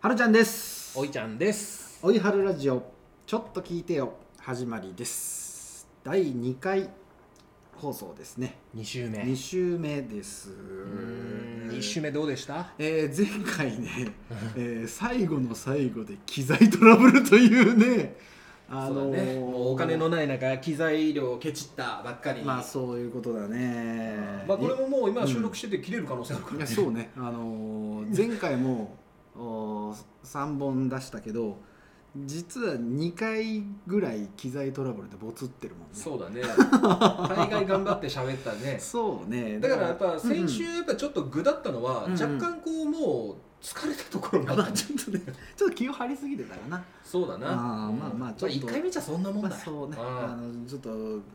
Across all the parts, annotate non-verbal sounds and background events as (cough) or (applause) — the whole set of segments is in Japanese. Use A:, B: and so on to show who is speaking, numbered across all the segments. A: はるちゃんです
B: おいちゃんです
A: おいはるラジオちょっと聞いてよ始まりです第2回放送ですね
B: 2週目
A: 2週目です
B: 2週目どうでした
A: えー前回
B: (laughs)
A: ね、えー最後の最後で機材トラブルというねあのー
B: お金のない中機材量をケチったばっかり
A: まあそういうことだね
B: まあこれももう今
A: うん
B: 収録してて切れる可能性あるか
A: い
B: ら
A: やそうね、あのー前回も (laughs) お3本出したけど実は2回ぐらい機材トラブルでボツってるもんね
B: そう
A: (laughs)
B: だね大概頑張って喋ったね
A: そうね
B: だからやっぱ先
A: (laughs)
B: 週
A: うん
B: やっぱちょっと具だったのは
A: うんうん
B: 若干こうもう疲れたところ
A: うん
B: があ
A: ま
B: っ
A: あ
B: た
A: ちょっとねちょっと気を張りすぎてたかな、
B: そうだな
A: あーまあまあちょっと
B: 1回目じゃそんなもん
A: まあ、
B: だよ
A: そうねあ
B: あー
A: のちょっと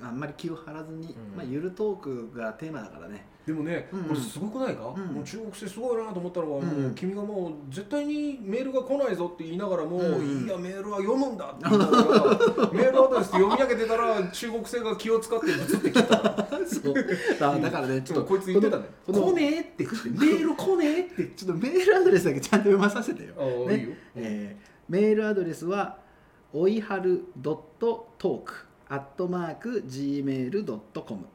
A: あんまり気を張らずに、
B: うん
A: まあ、ゆるトークがテーマだから
B: (laughs)
A: ね
B: でもね
A: うんうん
B: これすごくないか
A: うん
B: もう中国製すごいなと思ったのは
A: うん
B: もう君がもう絶対にメールが来ないぞって言いながらも
A: うん
B: いやメールは読むんだって言いな
A: (laughs)
B: がらメールアドレス読み上げてたら中国製が気を使ってブツっ
A: (laughs)
B: てきた
A: そうあだからねち
B: ち
A: ょ
B: ょ
A: っと
B: っとこいつ言ってたね
A: この
B: 来ねえって言ってメール来ねえって
A: ちょっとメールアドレスだけちゃんと読まさせてよ
B: ああ
A: ね
B: いいよ
A: えーメールアドレスはおいはる .talk.gmail.com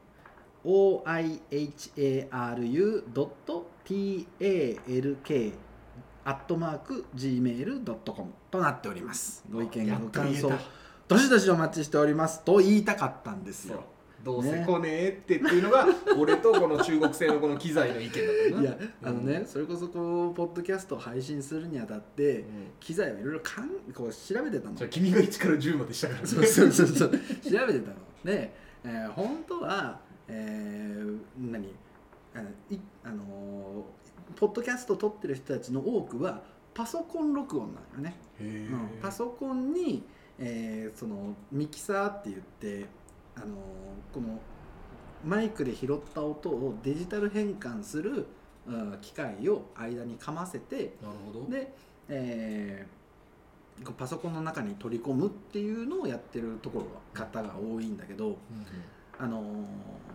A: oiharu.talk.gmail.com となっておりますご意見
B: や
A: や
B: っと
A: ご感想
B: 言えた
A: どしどしお待ちしておりますと言いたかったんです
B: そう
A: よ
B: どうせ来ねえってっていうのが俺とこの中国製のこの機材の意見だったない
A: やあのねそれこそこうポッドキャストを配信するにあたって機材をいろいろかんこう調べてたの
B: じゃあ君が1から10までしたからね
A: そうそうそうそう調べてたので、えー本当は、えー何あのいあのーポッドキャスト撮ってる人たちの多くはパソコン録音なのよね、
B: へ
A: う
B: え
A: んパソコンに、えーそのミキサーって言って、あのーこのマイクで拾った音をデジタル変換する、うん機械を間にかませて
B: なるほど
A: で、えーこうパソコンの中に取り込むっていうのをやってるところが方が多いんだけど、あのー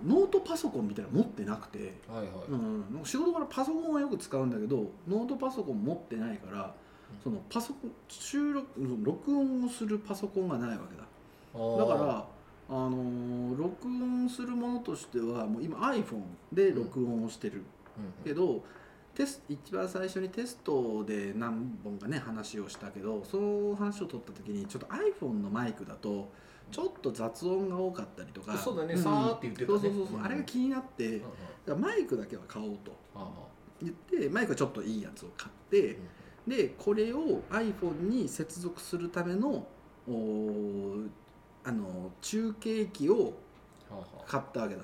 A: ノートパソコンみたいなの持ってなくて、
B: はいはい
A: うん、仕事からパソコンはよく使うんだけどノートパソコン持ってないからそのパソコン収録録音をするパソコンがないわけだだか
B: あ
A: らあのー録音するものとしてはもう今 iPhone で録音をしてる
B: ー、
A: けどテス一番最初にテストで何本かね話をしたけどその話を取った時にちょっと iPhone のマイクだとちょっと雑音が多かったりとか
B: そうだね、
A: ん
B: さーって言ってた
A: そ
B: ね
A: うそうそうそう、あれが気になって、
B: うん
A: だ
B: うん
A: からマイクだけは買おうと
B: あ
A: 言ってマイクはちょっといいやつを買って、でこれを iPhone に接続するためのおーあの中継機を
B: あはあはあ
A: 買ったわけだ、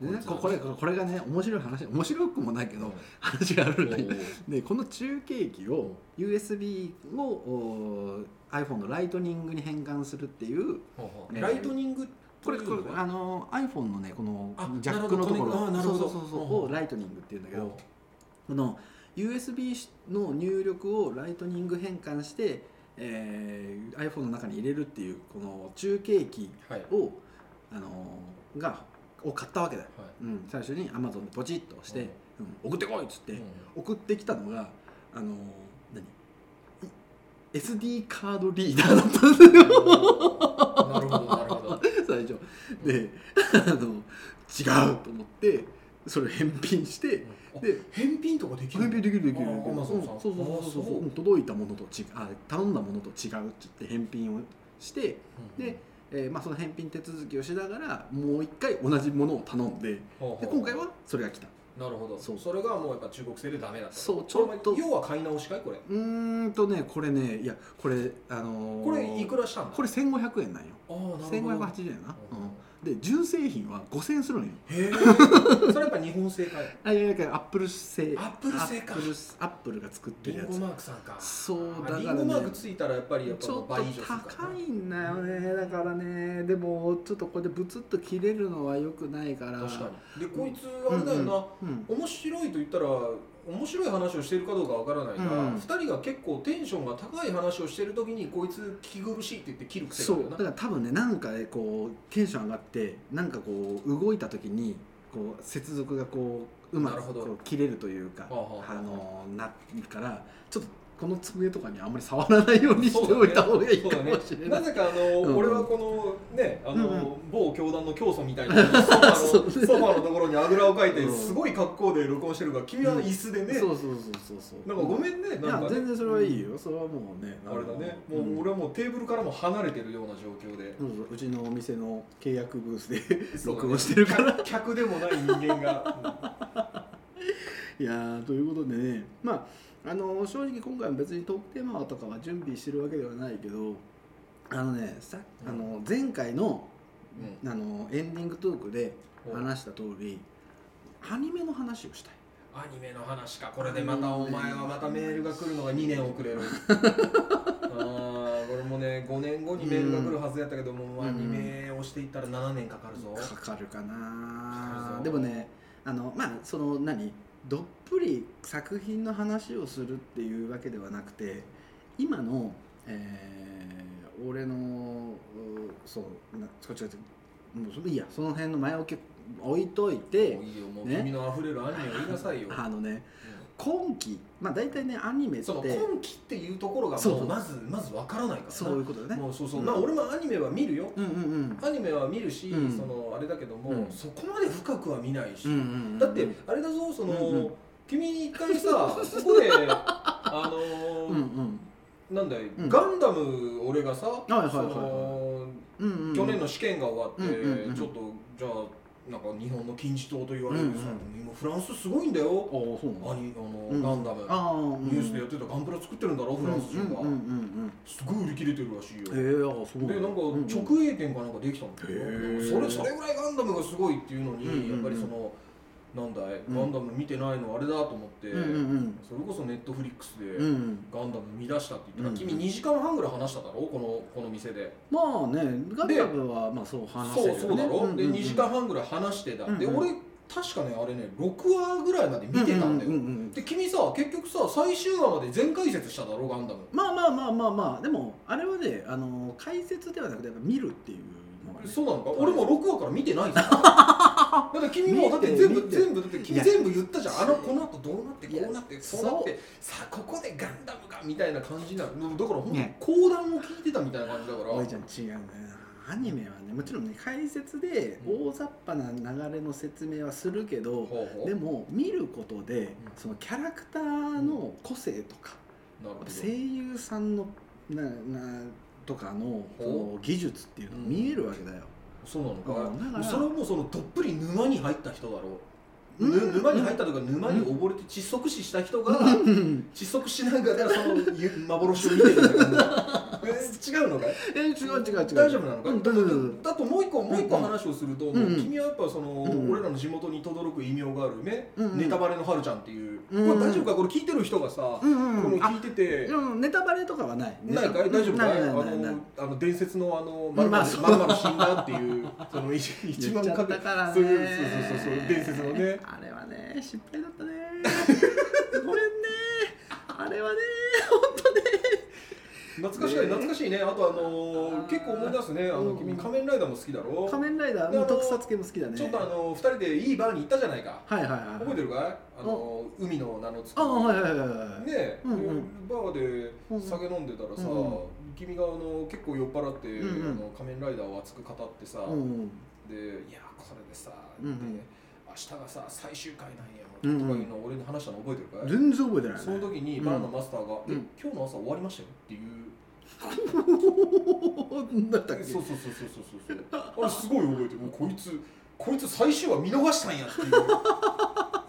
B: うん
A: でね、ここれこれがね面白い話面白くもないけど、
B: うん
A: 話があるんだけど
B: おー
A: (laughs) でこの中継機を USB をおー iPhone のライトニングに変換するっていう
B: はあはあ
A: ね
B: ライトニング
A: これこれあ
B: あ
A: の iPhone のねこの
B: あ
A: ジャックのところ
B: なるほど
A: そうそうそう
B: うん
A: そうをライトニングっていうんだけどこの USB の入力をライトニング変換して、えー iPhone の中に入れるっていうこの中継機
B: はいはい
A: をあのーがを買ったわけだよ、うん、最初に Amazon でポチッと押して、うん送ってこいっつ (laughs) って、
B: うん
A: 送ってきたのがあのー何い SD カードリーダーだったん (laughs) だよ
B: なるほどなるほど
A: 最初であの違うと思ってそれを返品して
B: うん
A: で
B: 返品とかできる
A: 返品できるできる
B: あー Amazon
A: うん
B: さん
A: そうそう
B: あー
A: そう
B: す
A: そう
B: ごい
A: うん届いたものと違うあ頼んだものと違うって言って返品をして、
B: うん
A: で、えーまあ、その返品手続きをしながらもう一回同じものを頼んで
B: はあはあ
A: で今回はそれが来た
B: なるほど
A: そう
B: それがもうやっぱ中国製でダメだった
A: そうちょっと
B: これ要は買い直しかいこれ
A: うーんとねこれねいやこれあのー
B: これいくらしたの
A: これ1500円なんよ
B: ああなるほど
A: 1580円やな、うん、で純正品は5000円するんよ
B: へえそれやっぱ日本製かい
A: あいやいやだからアップル製
B: アップル製か
A: アップルアップルが作って
B: リ
A: るや
B: ンゴ
A: つ
B: マークさんか
A: そうだからね
B: リンゴマークついたらやっぱりやっぱ
A: ちょっと
B: 倍以上するから
A: 高いんだよねだからねでもちょっとこれでブツッと切れるのはよくないから
B: 確かにでこいつあれだよな、
A: うんうん
B: 面白いと言ったら面白い話をしてるかどうかわからないが、
A: うん
B: 2人が結構テンションが高い話をしてる時にこいつ気苦しいって言って切る癖
A: そ
B: がある
A: う
B: よ
A: だ
B: な
A: から多分ねなんかねこうテンション上がってなんかこう動いた時にこう接続がこううま
B: なる
A: く
B: ほど
A: こう切れるというか
B: はあはあはあ
A: あのなるからちょっとこの机とかにあんまり触らないようにしておいた方がいいかもしれな。
B: ないぜかあの、
A: うん
B: 俺はこのねあの、
A: うんうん
B: 某教団の教祖みたいなソファ (laughs) ー
A: そう
B: のソファーのところにあぐらをかいて、
A: うん
B: すごい格好で録音してるが君は
A: うん
B: 椅子でね、
A: そうそうそうそうそう。
B: なんかごめんね、
A: い
B: なん
A: や
B: かね
A: 全然それはいいよ。それはもうね。
B: あれだね、
A: の
B: もう
A: う
B: 俺はもうテーブルからも離れてるような状況で
A: んそうそううちのお店の契約ブースで
B: そうだね
A: 録音してるから。
B: 客 (laughs) 客でもない人間
A: (laughs)
B: が、
A: いやーということでね、まあ、あのー正直今回は別にトークテーマとかは準備してるわけではないけどあのねさあのー前回の,、
B: う
A: あのーエンディングトークで
B: うん
A: 話した通りアニメの話をしたい
B: アニメの話かこれでまたお前はまたメールが来るのが2年遅れ (laughs) るあーこれもね5年後にメールが来るはずやったけどもうアニメをしていったら7年かかるぞ、
A: かかるか
B: かかる
A: な
B: ぞ
A: でもねあのまあその何どっぷり作品の話をするっていうわけではなくて今の、えー俺のうそうなこっちこっちもうそれいいやその辺の前置き置いといて
B: もういいよもう
A: ね
B: 君の溢れるアニメを言いなさいよ、
A: あのね
B: う
A: 今期まあ大体ねアニメっ
B: ん
A: て
B: その
A: そ
B: 今期っていうところが
A: そう
B: もうまずまずわからないからな
A: ういうことだね
B: もうそうそう、
A: うん
B: まあ俺もアニメは見るよ
A: うんうんうん
B: アニメは見るし、
A: うん
B: そのあれだけども、
A: うん
B: そこまで深くは見ない
A: う
B: し、
A: んうんうん
B: だってあれだぞその、
A: うんうん
B: 君に一回さここ
A: (laughs)
B: であの
A: うんう
B: ー
A: ん
B: なんだい、
A: うん
B: ガンダム俺がさ、
A: いはいはいはい
B: その
A: うんうんうん
B: 去年の試験が終わって、
A: うんうんうん
B: ちょっとじゃあなんか日本の金字塔と言われるさ、
A: う
B: 今フランスすごいんだよ
A: ああそうなんだ
B: アニあの、
A: うん
B: ガンダム
A: あーうん
B: ニュースでやってたガンプラ作ってるんだろフランス人が、
A: うんうんうん
B: すごい売り切れてるらしいよ、
A: うんええあそう
B: でなんか直営店かなんかできたんだよ、
A: へー
B: それそれぐらいガンダムがすごいっていうのに、
A: うんうんうん
B: やっぱりそのなんだい
A: うん
B: ガンダム見てないのあれだと思って、
A: うんうん
B: それこそネットフリックスで
A: うんうん
B: ガンダム見出したって言ったら、
A: うん
B: 君2時間半ぐらい話しただろこのこの店で
A: まあねガンダムはまあそう話せる
B: そ
A: よね
B: うそうだろ、
A: んんん
B: で2時間半ぐらい話してた、で
A: うんうん
B: 俺確かねあれね6話ぐらいまで見てたんだよ、
A: ううううん
B: で君さ結局さ最終話まで全解説しただろガンダム
A: まあまあまあまあまあでもあれはねあの解説ではなくてやっぱ見るっていうのがね
B: そうなのか俺も6話から見て
A: (laughs)
B: ないぞだって君もうだって
A: 見て
B: 全部
A: 見て
B: 全部だって君
A: いや
B: 全部言ったじゃんあのこの後どうなって
A: いや
B: こうなってそうなってさあここでガンダムがみたいな感じになるもうだからほんと
A: ね
B: 講談を聞いてたみたいな感じだから
A: おいちゃん違うねアニメはねもちろんね解説で大雑把な流れの説明はするけど、
B: ほうほう
A: でも見ることで、そのキャラクターの個性とか、
B: なる
A: や
B: ほ
A: っぱ
B: ど
A: 声優さんのななとかのその技術っていうのが見えるわけだよ、
B: そうなのか
A: うんだから
B: もうそれはもうそのどっぷり沼に入った人だろ
A: う
B: う、
A: ん
B: ぬ沼に入ったとか沼に溺れて窒息死した人が
A: うん
B: 窒息しながらそのゆ幻を見てるんだけど
A: (laughs)
B: (laughs) え違うのかい
A: え違う違う違う
B: 大丈夫なのか、
A: うん大丈夫
B: だともう一個もう一個
A: うんうん
B: 話をすると、
A: うんうん
B: もう君はやっぱその、
A: ん
B: 俺らの地元に轟く異名があるね、
A: うんうん
B: ネタバレのはるちゃんっていう、
A: うん
B: これ大丈夫かこれ聞いてる人がさ、
A: うんうん
B: こ
A: う
B: れ
A: んあ
B: 聞いてて、
A: でもネタバレとかはない
B: ないかい大丈夫か
A: ない
B: いあ
A: ない
B: の
A: ないない
B: あの伝説のあの
A: まあ
B: まるまる
A: そう
B: まるまる死んだっていうその一一
A: (laughs) 言っ
B: 番
A: ちゃ
B: か
A: っ
B: け
A: たからね
B: そういうそうそうそうそう伝説のね
A: あれはね失敗だったねごめんねあれはね
B: 懐かしい
A: ね
B: 懐かしいねあとあ
A: あ
B: の
A: ー
B: 結構思い出すねあ
A: うんうん
B: の君仮面ライダーも好きだろ
A: 仮面ライダー
B: であ
A: の
B: の
A: 特撮系も好きだね
B: ちょっとあの二人でいいバーに行ったじゃないか
A: はいはいはい
B: 覚えてるかいあの海の名のつく
A: あはいはいはいはい
B: ねえ、
A: うんうん
B: でバーで酒飲んでたらさ、
A: うんうん
B: 君があの結構酔っ払って、
A: うんうん
B: あの仮面ライダーを熱く語ってさ、
A: うんうん
B: で「いやこれでさ、
A: うんうん
B: で明日がさ最終回なんや」
A: うんうん
B: とかいうのを俺に話したの覚えてるかい、
A: 全然覚えてないね (laughs)
B: その時にバーのマスターが「
A: うん
B: え今日の朝終わりましたよ」っていう
A: だったっけ
B: そうそうそうそうそうそうそうあれすごい覚えてるもうこいつこいつ最終話見逃したん
A: (laughs)
B: やっていう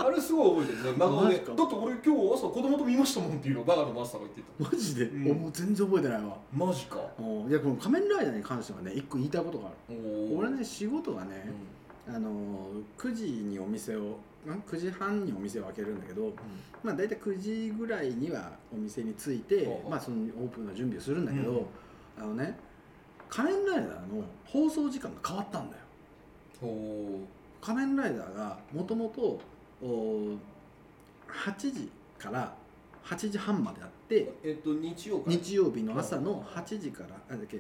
B: あれすごい覚えてるね孫
A: マ
B: ね
A: ジ
B: だ
A: か
B: って俺今日朝子供と見ましたもんっていうのをバーのマスターが言ってた
A: マジで、
B: うん
A: もう全然覚えてないわ
B: マジか
A: おいやこの仮面ライダーに関してはね一個言いたいことがある
B: おー
A: 俺ね仕事が
B: うん
A: ね、あのー9時にお店をん9時半にお店を開けるんだけど、まあ、大体9時ぐらいにはお店に着いて
B: ほうほ、う
A: まあ、そのオープンの準備をするんだけど、
B: うん
A: あのね仮面ライダーの放送時間が変わったんだよ
B: おー
A: 仮面ライダーがもともと8時から8時半まであって
B: えっと日曜から
A: 日曜日の朝の8時からあだっけ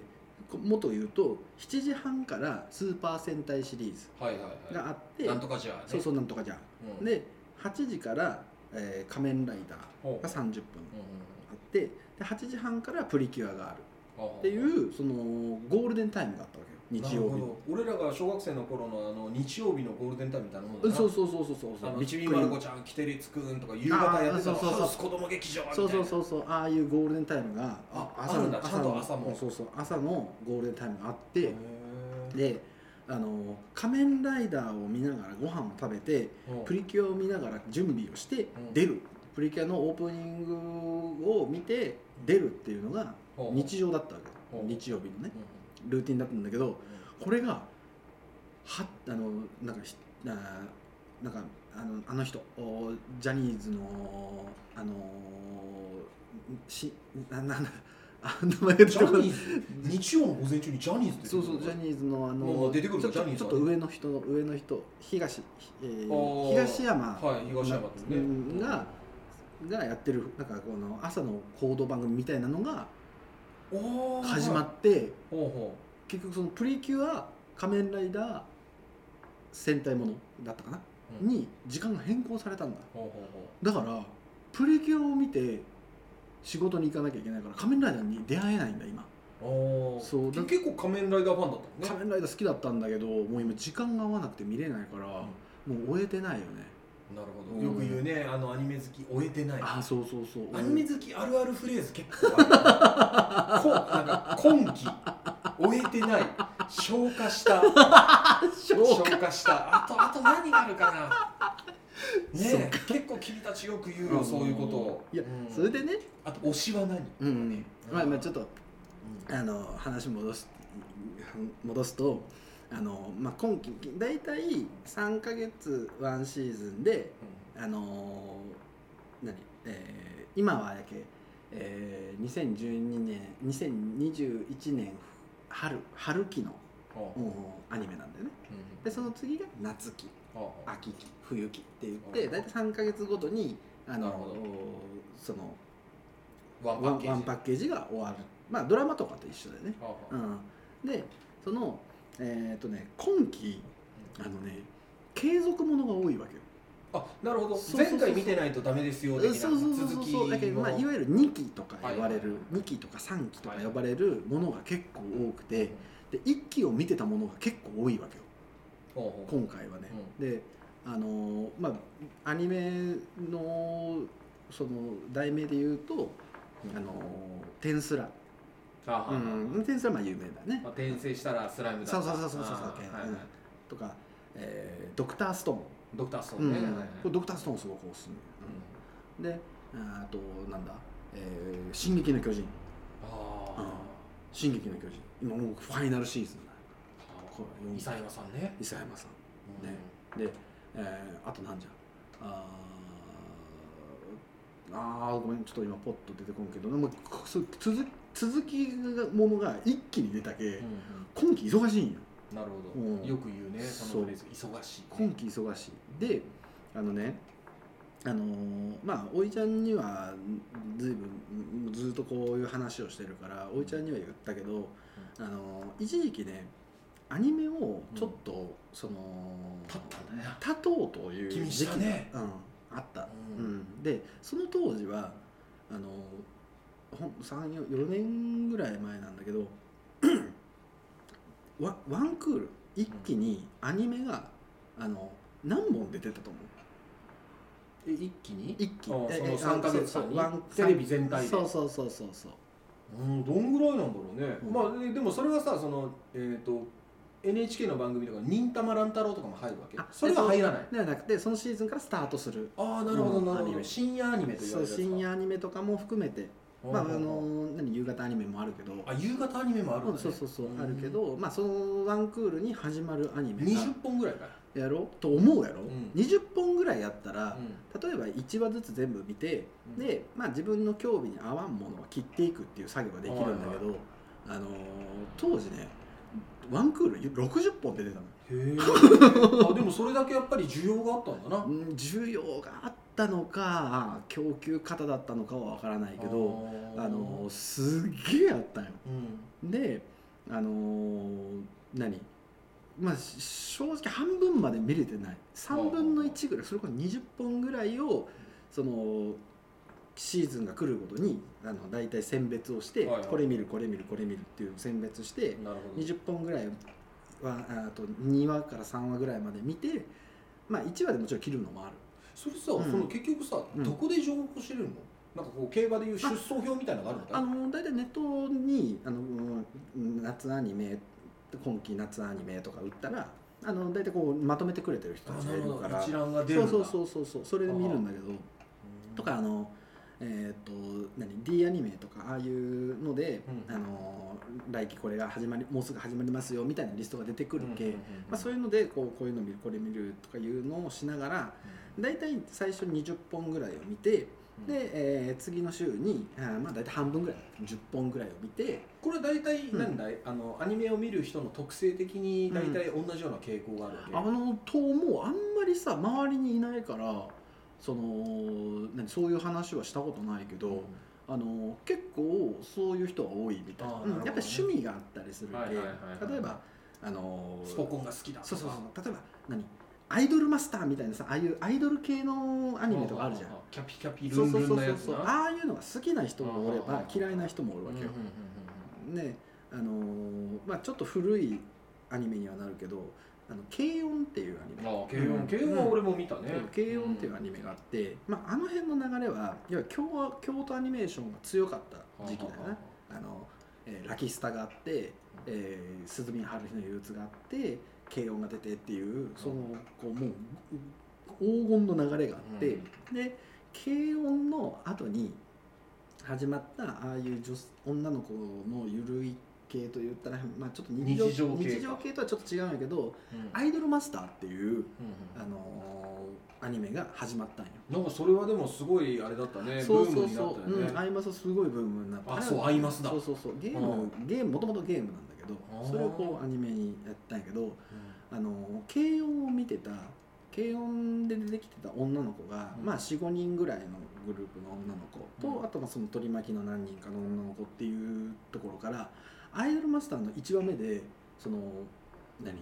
A: こもっと言うと7時半からスーパー戦隊シリーズ
B: はいはいは
A: があって、
B: いなんとかじゃあね
A: そうそうなんとかじゃん、
B: うん
A: で8時から、えー仮面ライダ
B: ほう
A: ーが30分
B: う
A: あ
B: ん
A: っってで8時半からプリキュアがあるってい
B: あ
A: うそのゴールデンタイムがあったわけよ
B: ー
A: 日曜
B: な
A: 日
B: るほど俺らが小学生の頃のあの日曜日のゴールデンタイムみたいなもん
A: う
B: だ
A: ん
B: な
A: そうそうそうそうそう
B: あ
A: そう
B: のちび
A: びっ
B: ま
A: く
B: る
A: り
B: 子ちゃんキテレツくんとか夕方やってた
A: あーそうそうそう
B: ハウス子供劇場みたいな
A: そうそうそうそうああいうゴールデンタイムが
B: あ
A: 朝
B: あるんだちゃんと朝も
A: のそうそう朝のゴールデンタイムがあって、
B: へー
A: であの仮面ライダーを見ながらご飯を食べて
B: うん
A: プリキュアを見ながら準備をして
B: ん
A: 出る、プリキュアのオープニングを見て出るっていうのが
B: ほう
A: 日常だったわけ、
B: うん
A: 日曜日のね
B: うん
A: ルーティンだったんだけどこれがはあのなんかひあーなんかあのあの人おジャニーズのあのしななんだあ名前が出
B: ジ
A: て
B: ャ
A: こない
B: ニーズ日曜の午前中にジャニーズって
A: そうそうジャニーズのあ
B: も
A: の
B: う出てく
A: ち
B: るぞ
A: ょっと
B: ジャニーズ
A: ちょ
B: は
A: っと上の人の上の人東、えー
B: あー
A: 東山
B: ーはい東山ですね
A: うんががやってるなんかこの朝の報道番組みたいなのが
B: おー
A: 始まって
B: ほうほ
A: 結局そのプリキュア仮面ライダー戦隊ものだったかな、
B: うん
A: に時間が変更されたんだ
B: うほうほうほう
A: だからプリキュアを見て仕事に行かなきゃいけないから仮面ライダーに出会えないんだ今
B: ああ
A: そうだ
B: 結構仮面ライダーファンだった
A: 仮
B: もんね
A: 面ライダー好きだったんだけどもう今時間が合わなくて見れないから、もう終えてないよね、
B: なるほ
A: うん
B: どよく言うねあのアニメ好き終えてない
A: ああそうそうそう
B: アニメ好きあるあるフレーズ結構
A: (laughs)
B: あるこなんか今期終えてない消化した消化したあとあと何がある (laughs) かな
A: そっ
B: ねえ結構君たちよく言うよそういうことを
A: いや、
B: うん
A: それでね
B: あと推しは何
A: うんうんまあまあちょっと
B: うん
A: あの話戻す戻すとあの、まあ、今期大体3ヶ月ワンシーズンであの何、えー今はだけ、えー、2012年2021年春春期の
B: うんうん
A: うんアニメなんだよねでその次が夏期
B: あ
A: 秋期冬期って言っ
B: う
A: て
B: ん
A: 大体3ヶ月ごとにあ
B: なるほ
A: の
B: ど
A: その
B: ワンパ
A: ワ
B: ッ
A: ン
B: ケージ
A: ワンパッケージが終わるまあドラマとかと一緒だよね、
B: ああ
A: うん、でそのえっ、とね今期あのね継続ものが多いわけよ
B: あなるほど
A: そうそうそう
B: 前回見てないとダメですよ的
A: そう
B: な
A: そうそう
B: 続き
A: そうだけど、まあ、いわゆる2期とか
B: はい
A: 呼ばれ
B: はい
A: る、
B: はい
A: 二2期とか3期とか呼ばれるものが結構多くて、で1期を見てたものが結構多いわけよ
B: ほうほう
A: 今回はね、であのーまあアニメのその題名で言うと「あのーテンスラ」
B: あは
A: う
B: い
A: ん、テンスラまあ有名だね
B: まあ、転生したらスライムだっ
A: そ
B: た
A: うそうそうそうそう
B: あーはい
A: うん
B: はい
A: とか、えードクターストーン
B: ドクターストー
A: う
B: ン
A: ん
B: ね、はい
A: こ
B: はい
A: れドクターストーンすごくおすすめ、であとなんだ、えー進撃の巨人」
B: あ
A: うん「進撃の巨人」今もうファイナルシーズンだ
B: あ
A: これ
B: 伊佐山さんね
A: 伊佐山さんね、で、えーあとなんじゃあーあーごめんちょっと今ポッと出てこんけどもうこそう続続きがものが一気に出たけ、
B: うんうん
A: 今期忙しいんよ
B: うんなるほど、
A: うん
B: よく言うねそ
A: そう
B: のフレーズ忙しい、
A: 今期忙しいであのねあのーまあおいちゃんにはずいぶんずっとこういう話をしてるからおいちゃんには言ったけど、あのー一時期ねアニメをちょっと、その
B: 立ったんだよ
A: 立とうという
B: 君
A: 時期
B: した
A: が、
B: ね
A: うん、あった、
B: う
A: うんんでその当時はあのほん三四4年ぐらい前なんだけど (clears throat) ワワンクール一気にアニメが、あの何本出てたと思う
B: え一気に
A: 一気
B: ああ
A: え
B: その
A: えあ
B: 三ヶ月
A: そう
B: 間に
A: ワン
B: テレビ全体で
A: そうそうそうそうそう
B: うんどんぐらいなんだろうね、
A: うん
B: まあででもそれはさそのえっ、と NHK の番組とか「忍たま乱太郎」とかも入るわけ
A: あ
B: それは入らない、
A: ではなくてそのシーズンからスタートする
B: ああなるほど
A: うん
B: なる
A: ア
B: ほ
A: ニ
B: ど
A: メ
B: 深夜アニメと言わ
A: そう
B: れるやつか
A: 深夜アニメとかも含めてまああの何夕方アニメもあるけど
B: あ夕方アニメもあるんだ、
A: うん
B: ね、
A: そうそうそう、
B: ん
A: あるけど、まあ、そのワンクールに始まるアニメが
B: 20本ぐらいかな
A: やろうと思うやろ、
B: ん
A: 20本ぐらいやったら、
B: う
A: 例えば1話ずつ全部見て、
B: ん
A: で、まあ、自分の興味に合わんものは切っていくっていう作業ができるんだけど、あのー当時ねワンクール60本出てたのよ (laughs)
B: へーあでもそれだけやっぱり需要があったんだな
A: うん需要があったのか供給方だったのかは分からないけどあのーすっげえあったんよ
B: うん
A: であのー何まあし正直半分まで見れてない3分の1ぐらいそれこそ20本ぐらいをそのシーズンが来るごとにあの大体選別をして、
B: はいはい
A: これ見るこれ見るこれ見るっていう選別して
B: なるほど
A: 20本ぐらいはああと2話から3話ぐらいまで見てまあ1話でもちろん切るのもある
B: それさ、
A: うん
B: その結局さ、
A: うん
B: どこで情報知れるのなんかこう競馬でいう出走表みたいなのがあるのか
A: あ
B: な
A: の大体ネットにあのうん夏アニメ今期夏アニメとか売ったらあの大体こうまとめてくれてる人たちがいるから
B: 一覧が出る
A: そ
B: ん
A: う
B: だ
A: そうそうそうそうそれで見るんだけど
B: うん
A: とかあのえっ、と何 D アニメとかああいうので、
B: う
A: あ
B: ん
A: の来期これが始まりもうすぐ始まりますよみたいなリストが出てくるけ、
B: うんうんうん
A: まあ、そういうのでこうこういうの見るこれ見るとかいうのをしながら大体最初20本ぐらいを見て
B: うん
A: で、えー次の週にあーまあ大体半分ぐらい10本ぐらいを見て
B: これ大体
A: うん
B: なんだい、あのアニメを見る人の特性的に大体同じような傾向がある
A: あ
B: わけ、
A: のともうあんまりさ周りにいないからその何そういう話はしたことないけど、あの結構そういう人が多いみたい
B: あ
A: なうん
B: ーなるほどね
A: やっぱり趣味があったりするんで、
B: はいはいはいはい
A: 例えばあの
B: スポコンが好きだとか
A: そうそうそう例えば何アイドルマスターみたいなさああいうアイドル系のアニメとかあるじゃん
B: キャピキャピ
A: そ
B: ル
A: う
B: ン
A: そ
B: ル
A: うそう
B: ンな
A: そ
B: や
A: う
B: つ
A: そう
B: な
A: ああいうのが好きな人もおれ
B: あ
A: ば
B: ー
A: 嫌いな人もおるわけよ、ねあのーまあ、ちょっと古いアニメにはなるけど「あの軽音」っていうアニメ
B: ああ軽音軽音は俺も見たね
A: 軽音っていうアニメがあって、まあ、あの辺の流れはいわゆる京京都アニメーションが強かった時期だよねあの、えーラキスタがあって、えー、鈴見春日の憂鬱があって軽音が出てっていうそのこうもう黄金の流れがあって、
B: うん
A: で軽音の後に始まったああいう女女の子のゆるい系といったら、まあ、ちょっと日常
B: 日常系か
A: 日常系とはちょっと違うんやけど「ア
B: あ
A: イドルマスター」っていう、あのーアニメが始まったんよ。
B: なんかそれはでもすごいあれだったね
A: そう
B: ブー
A: そう
B: ムに
A: そう、
B: なったよね、
A: うん、アイマスはすごいブームになった
B: あそうアイマスだ
A: そうそうそうゲー
B: う
A: ム
B: ん
A: ゲームもともとゲームなんだけど
B: あー
A: それをこうアニメにやったんやけどあの軽音を見てた軽音で出てきてた女の子が、
B: うん
A: まあ45人ぐらいのグループの女の子と、
B: うん
A: あとまあその取り巻きの何人かの女の子っていうところからアイドルマスターの1話目でその何、えー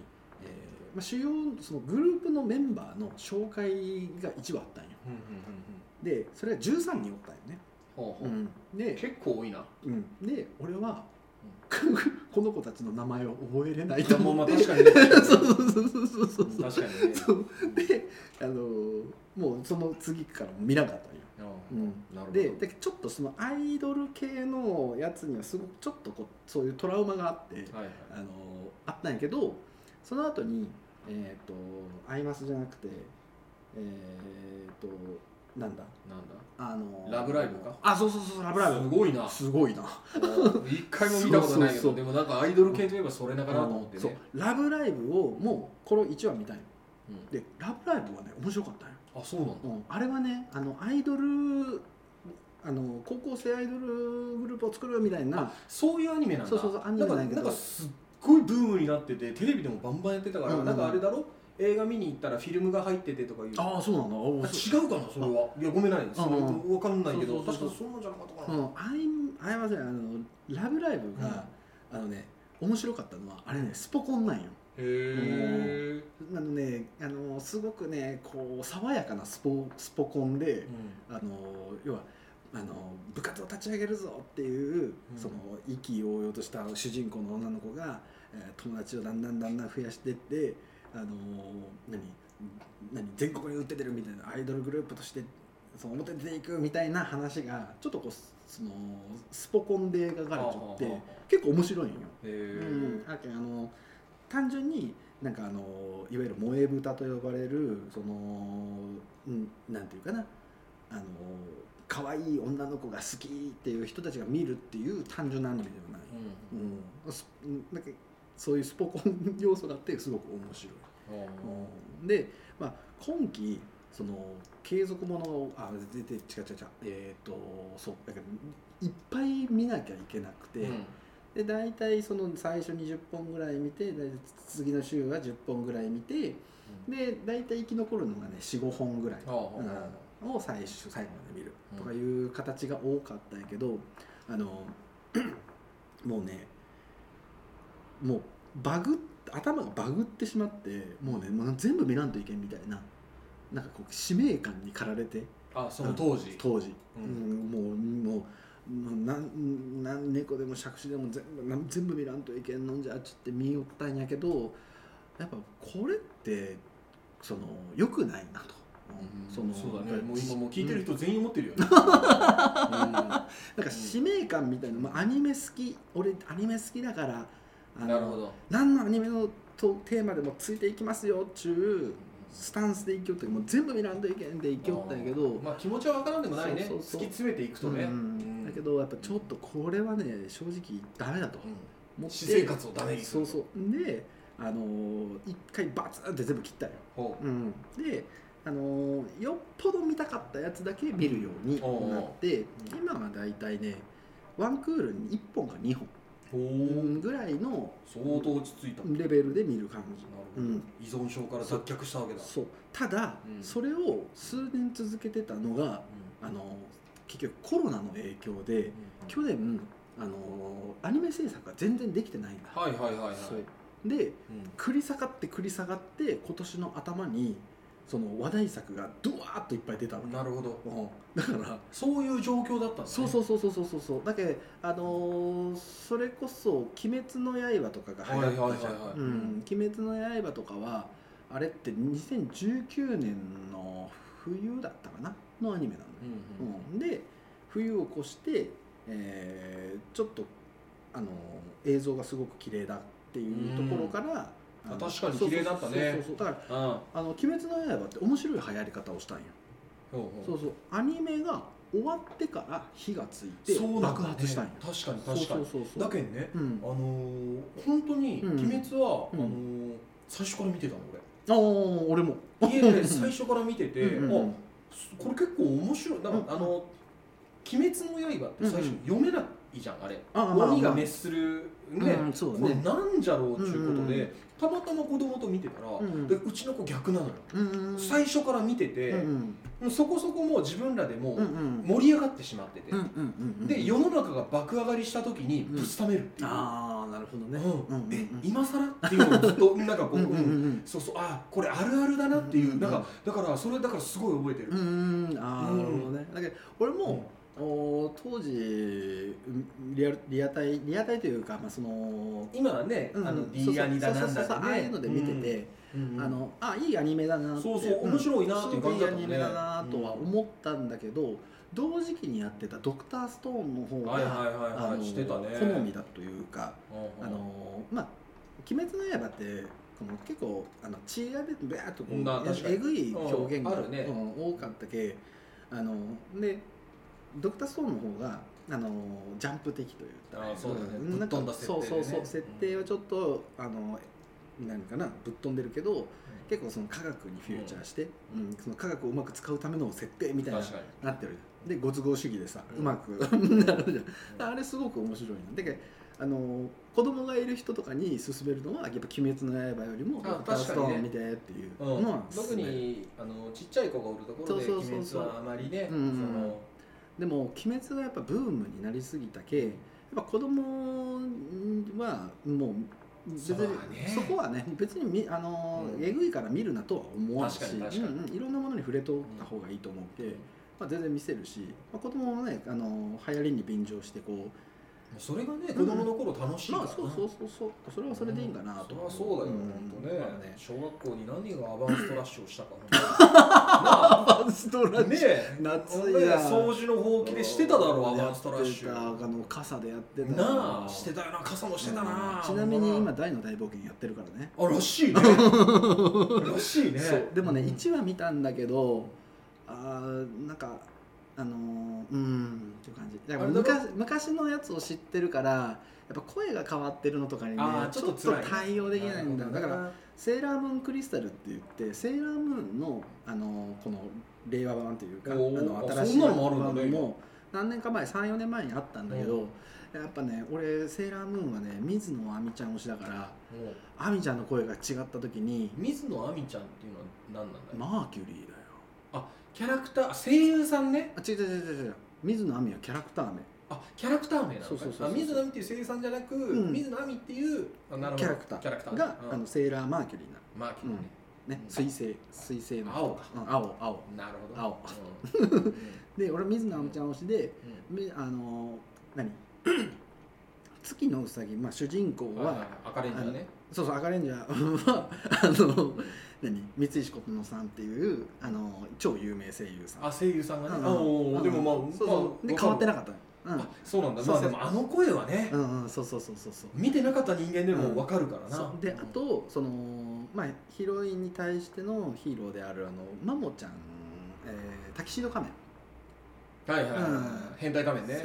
A: まあ、主要そのグループのメンバーの紹介が1話あったんよ
B: うんうんうん
A: でそれが13人おったんよね、
B: ほうほう
A: で
B: 結構多いな
A: うん、で俺は (laughs) この子たちの名前を覚えれないと
B: ま
A: 思
B: あ
A: って、
B: 確かにね
A: (laughs) そうそうそうそうそうそう
B: 確かにね
A: そうであのーもうその次からも見なかったんよ、
B: うんなるほど
A: ででちょっとそのアイドル系のやつにはすごくちょっとこうそういうトラウマがあって、
B: はいはい
A: あのーあったんやけどその後にえっ、とアイマスじゃなくてえっ、となんだ
B: なんだ
A: あのー
B: ラブライブか
A: あそうそうそうラブライ
B: す
A: ブ
B: ごいな
A: すごいな
B: 一回も見たことないけ
A: そうそうそう
B: どでもなんかアイドル系といえばそれだからと思って
A: そ
B: ね
A: うラブライブをもうこれ1話見たいの
B: うん
A: でラブライブはね面白かったんよ
B: あそうなんだ
A: うん、あれはねあのアイドルあの高校生アイドルグループを作るみたいな
B: そういうアニメなんだ
A: そうそうそうアニメなん
B: な
A: や
B: ん
A: け
B: か
A: ど
B: なんかすっごいブームになっててテレビでもバンバンやってたから、
A: うんうんうん
B: なんかあれだろ映画見に行ったらフィルムが入っててとかいう
A: ああそうなんだ
B: あ
A: あ
B: 違うかなそれはいやごめんないそれ
A: うんうん
B: 分かんないけ
A: そ
B: ど
A: うそうそう
B: 確かそんなんじゃなかったか
A: う
B: な、
A: ん、あいあいませんあのラブライブが、あのね面白かったのはあれねスポコンなんよ
B: へえ、
A: あのねあのすごくねこう爽やかなスポスポコンで、あの要はあの部活を立ち上げるぞっていう、
B: うん
A: その意気揚々とした主人公の女の子が、えー友達をだんだんだんだん増やしてってあのー何何全国に売っててるみたいなアイドルグループとしてその表出ていくみたいな話がちょっとこうそのスポコンで描かれちゃって結構面白いんよ。
B: へ
A: うん
B: え、
A: あけんあの単純になんかあのいわゆる萌え豚と呼ばれるその、うん、なんていうかなあの可愛い女の子が好きっていう人たちが見るっていう単純なアニメではない、うんすうん、なんかそういうスポコン要素があってすごく面白い、
B: うん
A: うん、で、まあ、今期その継続ものをあ全然違う違う違うえっ、とそうだけどいっぱい見なきゃいけなくて、
B: うん
A: で大体その最初20本ぐらい見て大体次の週は10本ぐらい見てで大体生き残るのがね45本ぐらい
B: ああああああ
A: を最初最後まで見る
B: うん
A: とかいう形が多かったんやけどあの (clears throat) もうねもうバグっ頭がバグってしまってもうねもう全部見らんといけんみたいななんかこう使命感に駆られて
B: あその当時、
A: 当時、
B: う
A: うんんもうもうもうなんなん猫でも杓子でも全部なん全部見らんといけんのんじゃっつって見よったんやけどやっぱこれってその良くないなと、
B: うん
A: その
B: そうだねもう今もう聞いて
A: うん
B: る人全員思ってるよ
A: (laughs)
B: ね、
A: なんか使命感みたいな、まあ、アニメ好き俺アニメ好きだからあ
B: うん
A: の
B: なるほど
A: 何のアニメのとテーマでもついていきますよっちゅうスタンスでいきよったけどもう全部見らんといけんでいきよったんやけど
B: まあ気持ちは分からんでもないね
A: そうそうそう
B: 突き詰めていくとね、
A: う
B: うん
A: ん、だけどやっぱちょっとこれはね正直ダメだと
B: うん
A: 思って
B: 私生活をダメにす
A: そ
B: る
A: うそうであのー一回バツンって全部切ったよ、
B: ほ
A: うん、であのーよっぽど見たかったやつだけ見るようになって
B: おう
A: 今はだいたいねワンクールに1本か2
B: うほう
A: 本ぐらいの
B: 相当落ち着いた、なる
A: レベルで見る感じ
B: ほど、
A: うん
B: 依存症から脱却したわけだ
A: そうただ、
B: うん
A: それを数年続けてたのがあのー結局コロナの影響で、
B: うん
A: 去年あのーアニメ制作が全然できてないんだ、
B: はいはいはいはい
A: そうで
B: うん
A: 繰り下がって繰り下がって今年の頭にその話題作がドワーッといっぱい出たわけ
B: なるほど
A: うんだから
B: そういう状況だったんだ、ね、
A: そうそうそうそうそうそうそうだけどあのーそれこそ「鬼滅の刃」とかが流行ったじゃん
B: はいはいはいはい
A: うん鬼滅の刃」とかはあれって2019年の冬だったかなのアニメなのよ
B: うんうん
A: うん、で冬を越して、えーちょっとあの映像がすごく綺麗だっていうところから、
B: うん
A: あの
B: 確かに綺麗だったね
A: そうそうそうそうだから
B: うん
A: 「あの鬼滅の刃」って面白い流行り方をしたんよ、
B: ほう
A: そ
B: ほう
A: うそうアニメが終わってから火がついて
B: そうなんだ
A: 爆
B: ね
A: 発したんよ、
B: 確かに確か
A: そう
B: に
A: そうそうそう
B: だけどね
A: うん
B: あ、のー、本当に「
A: うん
B: 鬼滅は」
A: うん
B: あのー最初から見てたの
A: ああ俺も
B: 俺家で最初から見てて、
A: うんうん
B: あすこれ結構面白いだから、
A: うん
B: あの「鬼滅の刃」って最初読めないじゃんあれ、
A: ああ
B: 鬼が滅するね、
A: うんそう
B: こ
A: だ
B: れ
A: ね
B: なんじゃろうっていうことで、
A: うんうん
B: たまたま子供と見てたら、
A: う
B: うんでうちの子逆なのよ、
A: うん
B: 最初から見てて、
A: うん
B: もうそこそこもう自分らでも
A: うんう
B: うん盛り上がってしまってて、
A: うんうんうんうん
B: で世の中が爆上がりした時にぶつためるっていう、
A: ああなるほどね、
B: うん
A: うんうんうん
B: え今更っていうのをずっとなんかこう、
A: うんうんうんうん
B: そうそうあこれあるあるだなっていう、
A: うんうんうん
B: なんかだからそれだからすごい覚えてる、
A: うーんああ、
B: うん
A: なるほどねだけど俺も、おー当時うんリアルリアタイリアタイというか、まあ、その、
B: 今はね、
A: うん
B: あの D
A: そうそう
B: アニだなんだ
A: そうそうそう
B: ってね
A: ああいうので見てて、
B: うんうん
A: あのあいいアニメだなって
B: そうそうん面白いなっていう感じだった
A: すご
B: もん
A: いいいアニ
B: ね
A: メだなとは思ったんだけど、同時期にやってた「ドクターストーンの方が、
B: はいはいはいはい
A: あの
B: してたね
A: 好みだというか、
B: うん
A: あのまあ「鬼滅の刃」ってこの結構あの血が出てビャーっとこ
B: うんな確か
A: う
B: に
A: えぐい表現が、
B: うんあるね
A: うん多かったけあのでドクターストーンの方があのジャンプ的というか、
B: あそうだね
A: ん
B: ぶっ飛ん
A: なん
B: だ
A: か
B: 設定でね
A: そうそうそう
B: うん
A: 設定はちょっとあの何かなぶっ飛んでるけど結構その科学にフューチャーして、
B: う
A: うんんその科学をうまく使うための設定みたいな
B: 確かに
A: なってるでご都合主義でさ、
B: う
A: うんまく (laughs) なるじゃんあれすごく面白いなだけどあの子供がいる人とかに勧めるのはやっぱ「鬼滅の刃」よりも「
B: あ
A: ドクタースト
B: 確か
A: ー
B: に
A: ン」
B: ね
A: 見てっていう
B: うん
A: のは
B: 特
A: 勧める、
B: にあのちっちゃい子がおるところで「
A: そう
B: 鬼
A: そうそう
B: 滅」
A: そう
B: はあまりね、
A: うん
B: その
A: でも「鬼滅」はやっぱブームになりすぎたけやっぱ子供はもう別に
B: そうだね
A: そこはね別にみあの、
B: うん
A: えぐいから見るなとは思わんし
B: 確かに確かに
A: うんうんいろんなものに触れとった方がいいと思うけ、
B: うん
A: まあ、全然見せるし、まあ、子供もねあの流行りに便乗してこう
B: それがね子供の頃楽しいから
A: ま
B: な
A: あそうそうそうそうそれはそれでいいんかなと、
B: そりゃそうだよ、
A: ん
B: 本当ね,、
A: まあね
B: 小学校に何がアバンストラッシュをしたか
A: (laughs) バ
B: な
A: ンストラ
B: あね
A: ッシ
B: え
A: ュ夏
B: 俺
A: や
B: 掃除のほうきでしてただろアバンストラッシ
A: やってたあ
B: ュ
A: の傘でやってた
B: なあしてたよな傘もしてたな、
A: うんちなみに今大の大冒険やってるからね
B: あら
A: (laughs)
B: しいねらしいね
A: そうでもね、
B: うん
A: 1話見たんだけどあーなんかあのーうんっていう感じだから
B: あれだろ
A: 昔昔のやつを知ってるからやっぱ声が変わってるのとかにね
B: あー
A: ち
B: ち
A: ょ
B: ょっ
A: っと
B: と辛いね
A: 対応できないんだよだから
B: なる
A: セーラームーンクリスタルって言ってセーラームーンのあのこの令和版というかあ
B: おー
A: の
B: あ
A: 新し
B: そ
A: い
B: んな
A: 版
B: のもあるんだね
A: も何年か前34年前にあったんだけど、やっぱね俺セーラームーンはね水野亜美ちゃん推しだから
B: ほどねもう
A: 亜美ちゃんの声が違った時に
B: 水野亜美ちゃんっていうのは何なんだよ、
A: マーキュリーだよ
B: キャラクターあ声優さんね
A: あ違う違う違う違う水野亜美はキャラクター名
B: あキャラクター名なのか
A: そうそうそうそう
B: あ水野亜美っていう声優さんじゃなく、
A: ん
B: 水野亜美っていうあなるほど
A: キャラクター
B: キャラクターね
A: が、
B: うん
A: あのセーラーマーキュリーな
B: マーキュリーね、
A: うね
B: うん
A: 水星水星の
B: 青か
A: うん青青
B: なるほど
A: 青
B: うんうん
A: で俺水野あむちゃん推しで
B: うん
A: みあの何 (coughs) 月のうさぎ、まあ、主人公は、
B: はいはい赤レンジャーね
A: そうそう赤レンジャーは (laughs) あの何三石琴乃さんっていうあの超有名声優さん
B: あ声優さんがね
A: うん
B: あお
A: う
B: ー
A: ん
B: でもまあ
A: そうそう
B: まあ
A: で変わってな
B: かっ
A: かったのよ
B: そうなんだ
A: そう
B: まあ
A: そ
B: で
A: う
B: もあの声はね
A: うんうんうんそうそうそうそうそう
B: 見てなかった人間でもわかるから
A: そ
B: な
A: うであとその、まあ、ヒロインに対してのヒーローであるあのマモちゃん、えー、タキシード
B: (laughs)
A: 仮面
B: はいはいはいはい、
A: うん
B: 変態仮
A: (laughs)
B: 面ね。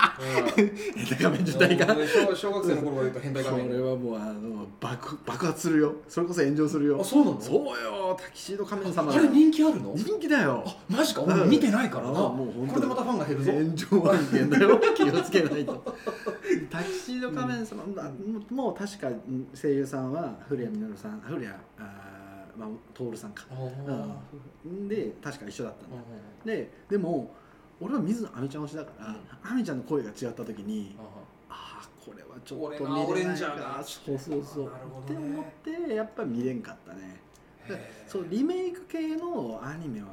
A: 仮面自体が
B: うん小小学生の頃から言うと変態
A: こ
B: 仮
A: れ
B: 面。
A: はもうあの爆爆発するよそれこそ炎上するよ
B: あ、そうなの
A: そうよタキシード仮面様
B: あれ人気あるの
A: 人気だよ
B: あ、マジか俺見てないからな。
A: あ
B: こ
A: もう本当
B: れでまたファンが減るぞ。
A: 炎上案件だよ (laughs) 気をつけないとタキシード仮面様、まあもうもう確か声優さんは古谷実さん古谷あー、まあ、徹さんか
B: あー
A: うんで確か一緒だったんだよででも俺は水野亜美ちゃん推しだから、亜美ちゃんの声が違った時にああこれはちょっと見れない
B: 俺がオレンジャー
A: か
B: だ
A: そうそうそう、
B: なるほ
A: って
B: どね
A: 思ってやっぱ見れんかったね
B: へ
A: (laughs)
B: ー
A: そうリメイク系のアニメは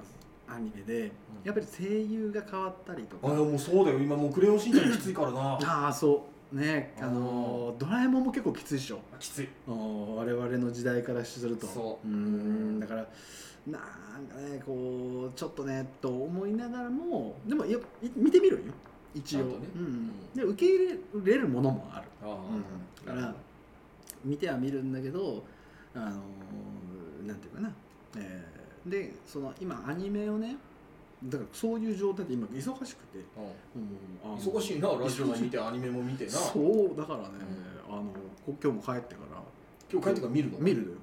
A: アニメでやっぱり声優が変わったりと
B: あ
A: か、
B: いやもうそうだよ今もうクレヨンしんちゃんきついからな
A: ああそうねあのードラえもんも結構きついでしょ
B: きつい
A: お我々の時代からすると
B: そう
A: ーんだからなんかねこうちょっとねと思いながらもでもよい見てみるんよ一応、
B: ちゃんとね
A: うん、で受け入れれるものもある
B: あー
A: うんだから見ては見るんだけどあのーなんていうかな、えーでその今アニメをねだからそういう状態で今忙しくて、
B: う
A: うんあの
B: ん忙しいなラジオも見てアニメも見てな
A: そうだからね、あのこ今日も帰ってから
B: 今日帰ってから見るの
A: 見るだよ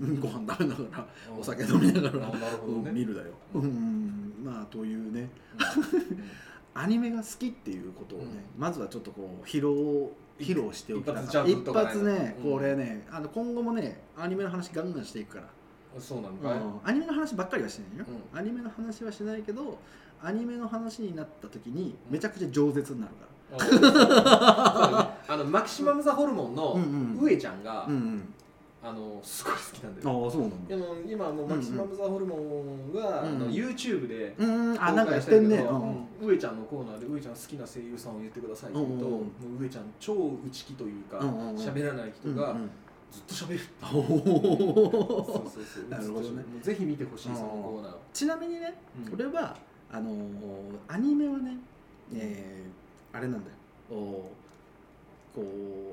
B: うん
A: ご飯食べながら
B: うん
A: お酒飲みながら
B: あなるほどね
A: 見るだよ、う
B: うんん
A: まあというね
B: うん
A: アニメが好きっていうことをね、まずはちょっとこう披露披露しておきたかった
B: 一発ジャブとか
A: 一
B: ね
A: 発ね
B: うん
A: これね、あの今後もねアニメの話ガンガンしていくから、
B: そうなのかい
A: うんアニメの話ばっかりはしないよ、
B: う
A: アニメの話はしないけどアニメの話になった時に
B: うん
A: めちゃくちゃ饒舌になるから、
B: あそうそうだねあのマキシマムザホルモン
A: うんうん
B: の上ちゃんが
A: うんうん、
B: あのすごい好きなんだよ
A: ああそうなんだ
B: でも今あのマキシマムザホルモンがあ
A: うんうん
B: の YouTube で
A: うーんあ
B: 公
A: なんかや
B: 開
A: っ
B: した
A: て
B: い
A: ん
B: け
A: ね
B: ど
A: うん
B: うん上ちゃんのコーナーで上ちゃん好きな声優さんを言ってくださいって言うと
A: うんうん
B: もう上ちゃん超内気というか
A: うんうんうん
B: 喋らない人
A: うん
B: が
A: う
B: (laughs)
A: ん
B: ずっと
A: (laughs)
B: 喋るって
A: お
B: そう
A: ー
B: そうそう
A: なるほどね
B: もうぜひ見てほしいそのコーナー
A: ちなみにね、
B: うん
A: 俺はあのーアニメはね、えーあれなんだよおこ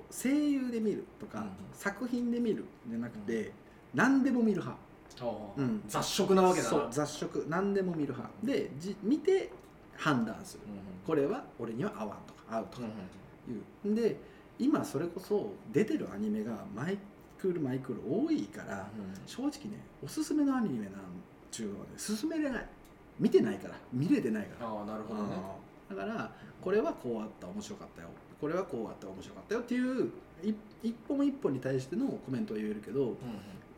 A: う声優で見るとか、
B: うん
A: 作品で見るじゃなくて、何でも見る派
B: ああ
A: うん
B: 雑食なわけだ
A: そ
B: な
A: う雑食何でも見る派でじ見て判断するこれは俺には合わんとか合うと
B: うん
A: か
B: うん
A: いう、で今それこそ出てるアニメがマイクールマイクール多いから、正直ねおすすめのアニメなんちゅうのはね勧めれない見てないから見れてないから、
B: ああなるほどね
A: うんだからこれはこうあった面白かったよこれはこうあった面白かったよっていうい一本一本に対してのコメントは言えるけど
B: うんうん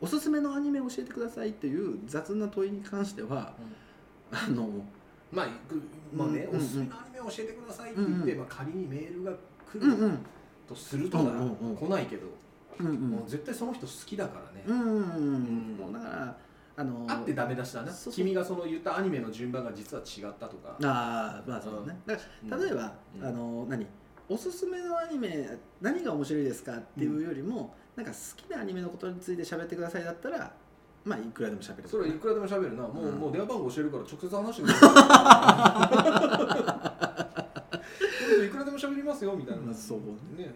A: おすすめのアニメ教えてくださいっていう雑な問いに関しては
B: う
A: あ
B: ん
A: の
B: まあ、ぐまあね、
A: うんうんうん
B: おすすめのアニメを教えてくださいって言って、
A: うんうん
B: まあ、仮にメールが来
A: うんう
B: る
A: ん
B: とするとなら、
A: うんうんうん
B: 来ないけど、
A: うんうん
B: もう絶対その人好きだからね、
A: うんうんうん
B: ん
A: もうだからあの
B: あってダメ出しだな
A: そうそう
B: 君がその言ったアニメの順番が実は違ったとか、
A: ああまあそうだね、だから例えば、
B: うん
A: あの何おすすめのアニメ何が面白いですかっていうよりも、なんか好きなアニメのことについて喋ってくださいだったらまあいくらでも喋れる
B: それいくらでも喋るな、もう
A: うん
B: もう電話番号教えるから直接話してくだ
A: (laughs)
B: さいいくらでも喋りますよみたいな、
A: まあそう
B: ね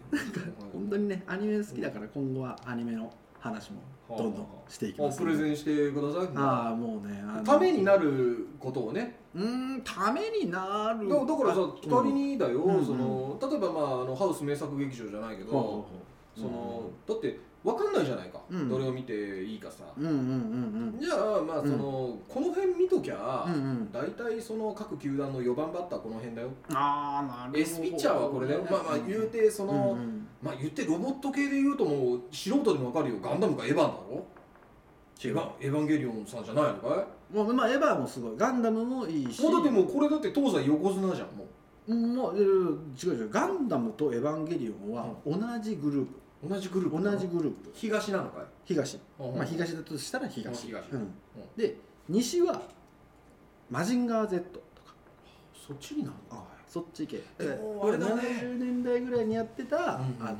A: 本当にねアニメ好きだから今後はアニメの話もどんどんしていきま
B: あ
A: す
B: プレゼンしてください
A: ああもうねあの
B: ためになることをね
A: うーんためになる
B: だだからさ
A: あ
B: 2人
A: うん
B: にだよ、
A: うん
B: その例えば、まあ、あのハウス名作劇場じゃないけど、
A: ほう
B: そ
A: ほうほ
B: のだって分かんないじゃないか、
A: うん
B: どれを見ていいかさ、
A: ううんうんうん
B: じゃあまあその、この辺見とき
A: うんうん
B: ゃ、
A: うん
B: 大体その各球団の4番バッターこの辺だよ、
A: ああなるほど
B: エスピッチャーはこれだよ、まあまあ言うて
A: う
B: そ
A: ん
B: の、
A: うん
B: まあ言ってロボット系で言うともう素人でも分かるよガンダムかエヴァンだろエヴァンエヴァンゲリオンさんじゃないのかい
A: もうまあエヴァもすごいガンダムもいいし
B: もうだってもうこれだって東西横綱じゃんもう
A: うんまあ、いやいや違う違うガンダムとエヴァンゲリオンは同じグループ、
B: う同じグループなの
A: 同じグループ
B: 東なのかい
A: 東、まあ、
B: 東
A: 東だとしたら東
B: あ東
A: うんで西はマジンガー Z とか
B: そっちになるのか
A: そっち系
B: でも
A: これ
B: あれだね
A: 70年代ぐらいにやってた、
B: んうんうん
A: あの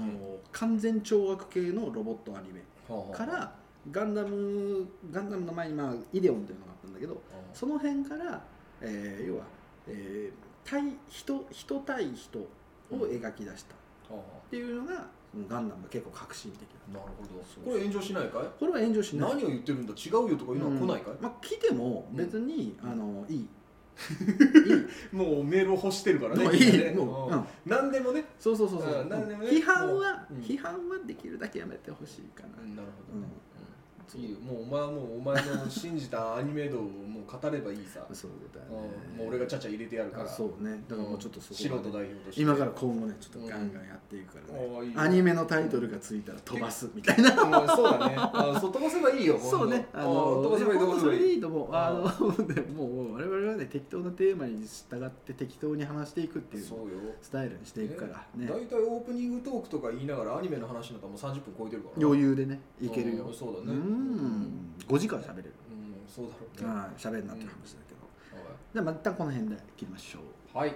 A: 完全懲悪系のロボットアニメ
B: い
A: からガンダムガンダムの前に、まあ、イデオンというのがあったんだけどその辺から、えー要は、えー対人人対人を描き出したっていうのがそのガンダムが結構革新的だ
B: なるほ
A: そう
B: どこれ炎上しないかい
A: これは炎上しない
B: 何を言ってるんだ違うよとかいうのは来ないかい
A: うん、まあ、来ても別に、
B: うん
A: あのいいいい
B: もうメールを欲してるからね
A: もう
B: みんないね
A: いもう、
B: う
A: うんん、
B: 何でもね
A: そうそうそうそう、
B: うんなんでもね
A: 批判は、
B: もううん
A: 批判はできるだけやめてほしいかな、
B: なる
A: うん
B: ほどねいいよもうお前はもうお前の信じたアニメ度をもう語ればいいさ
A: そうだ
B: うん
A: よね
B: もう俺がちゃちゃ入れてやるから
A: そうねだからもうちょっとそこ
B: 素人
A: はね
B: 代表として
A: 今から今後ねちょっとガンガンやっていくからね、
B: おーいいよ
A: アニメのタイトルがついたら飛ばすみたいな
B: うんそうだねあそう飛ばせばいいよほん
A: (laughs)
B: と
A: そうね、あ
B: うん
A: の
B: 飛ばせばいい飛ばせ
A: そ
B: ば
A: れ
B: い
A: で
B: い
A: いいと思う。あの、でももう我々はね適当なテーマに従って適当に話していくっていう
B: そうよ
A: スタイルにしていくからね、
B: 大体オープニングトークとか言いながらアニメの話になったらもう30分超えてるからな
A: 余裕でねいける
B: う
A: よ
B: ん。そうだ
A: う
B: ね
A: ん、5時間喋れる。
B: うんそうだろうね
A: はい、喋るなっていう話だけど。
B: はい
A: じゃあまたこの辺で切りましょう。
B: はい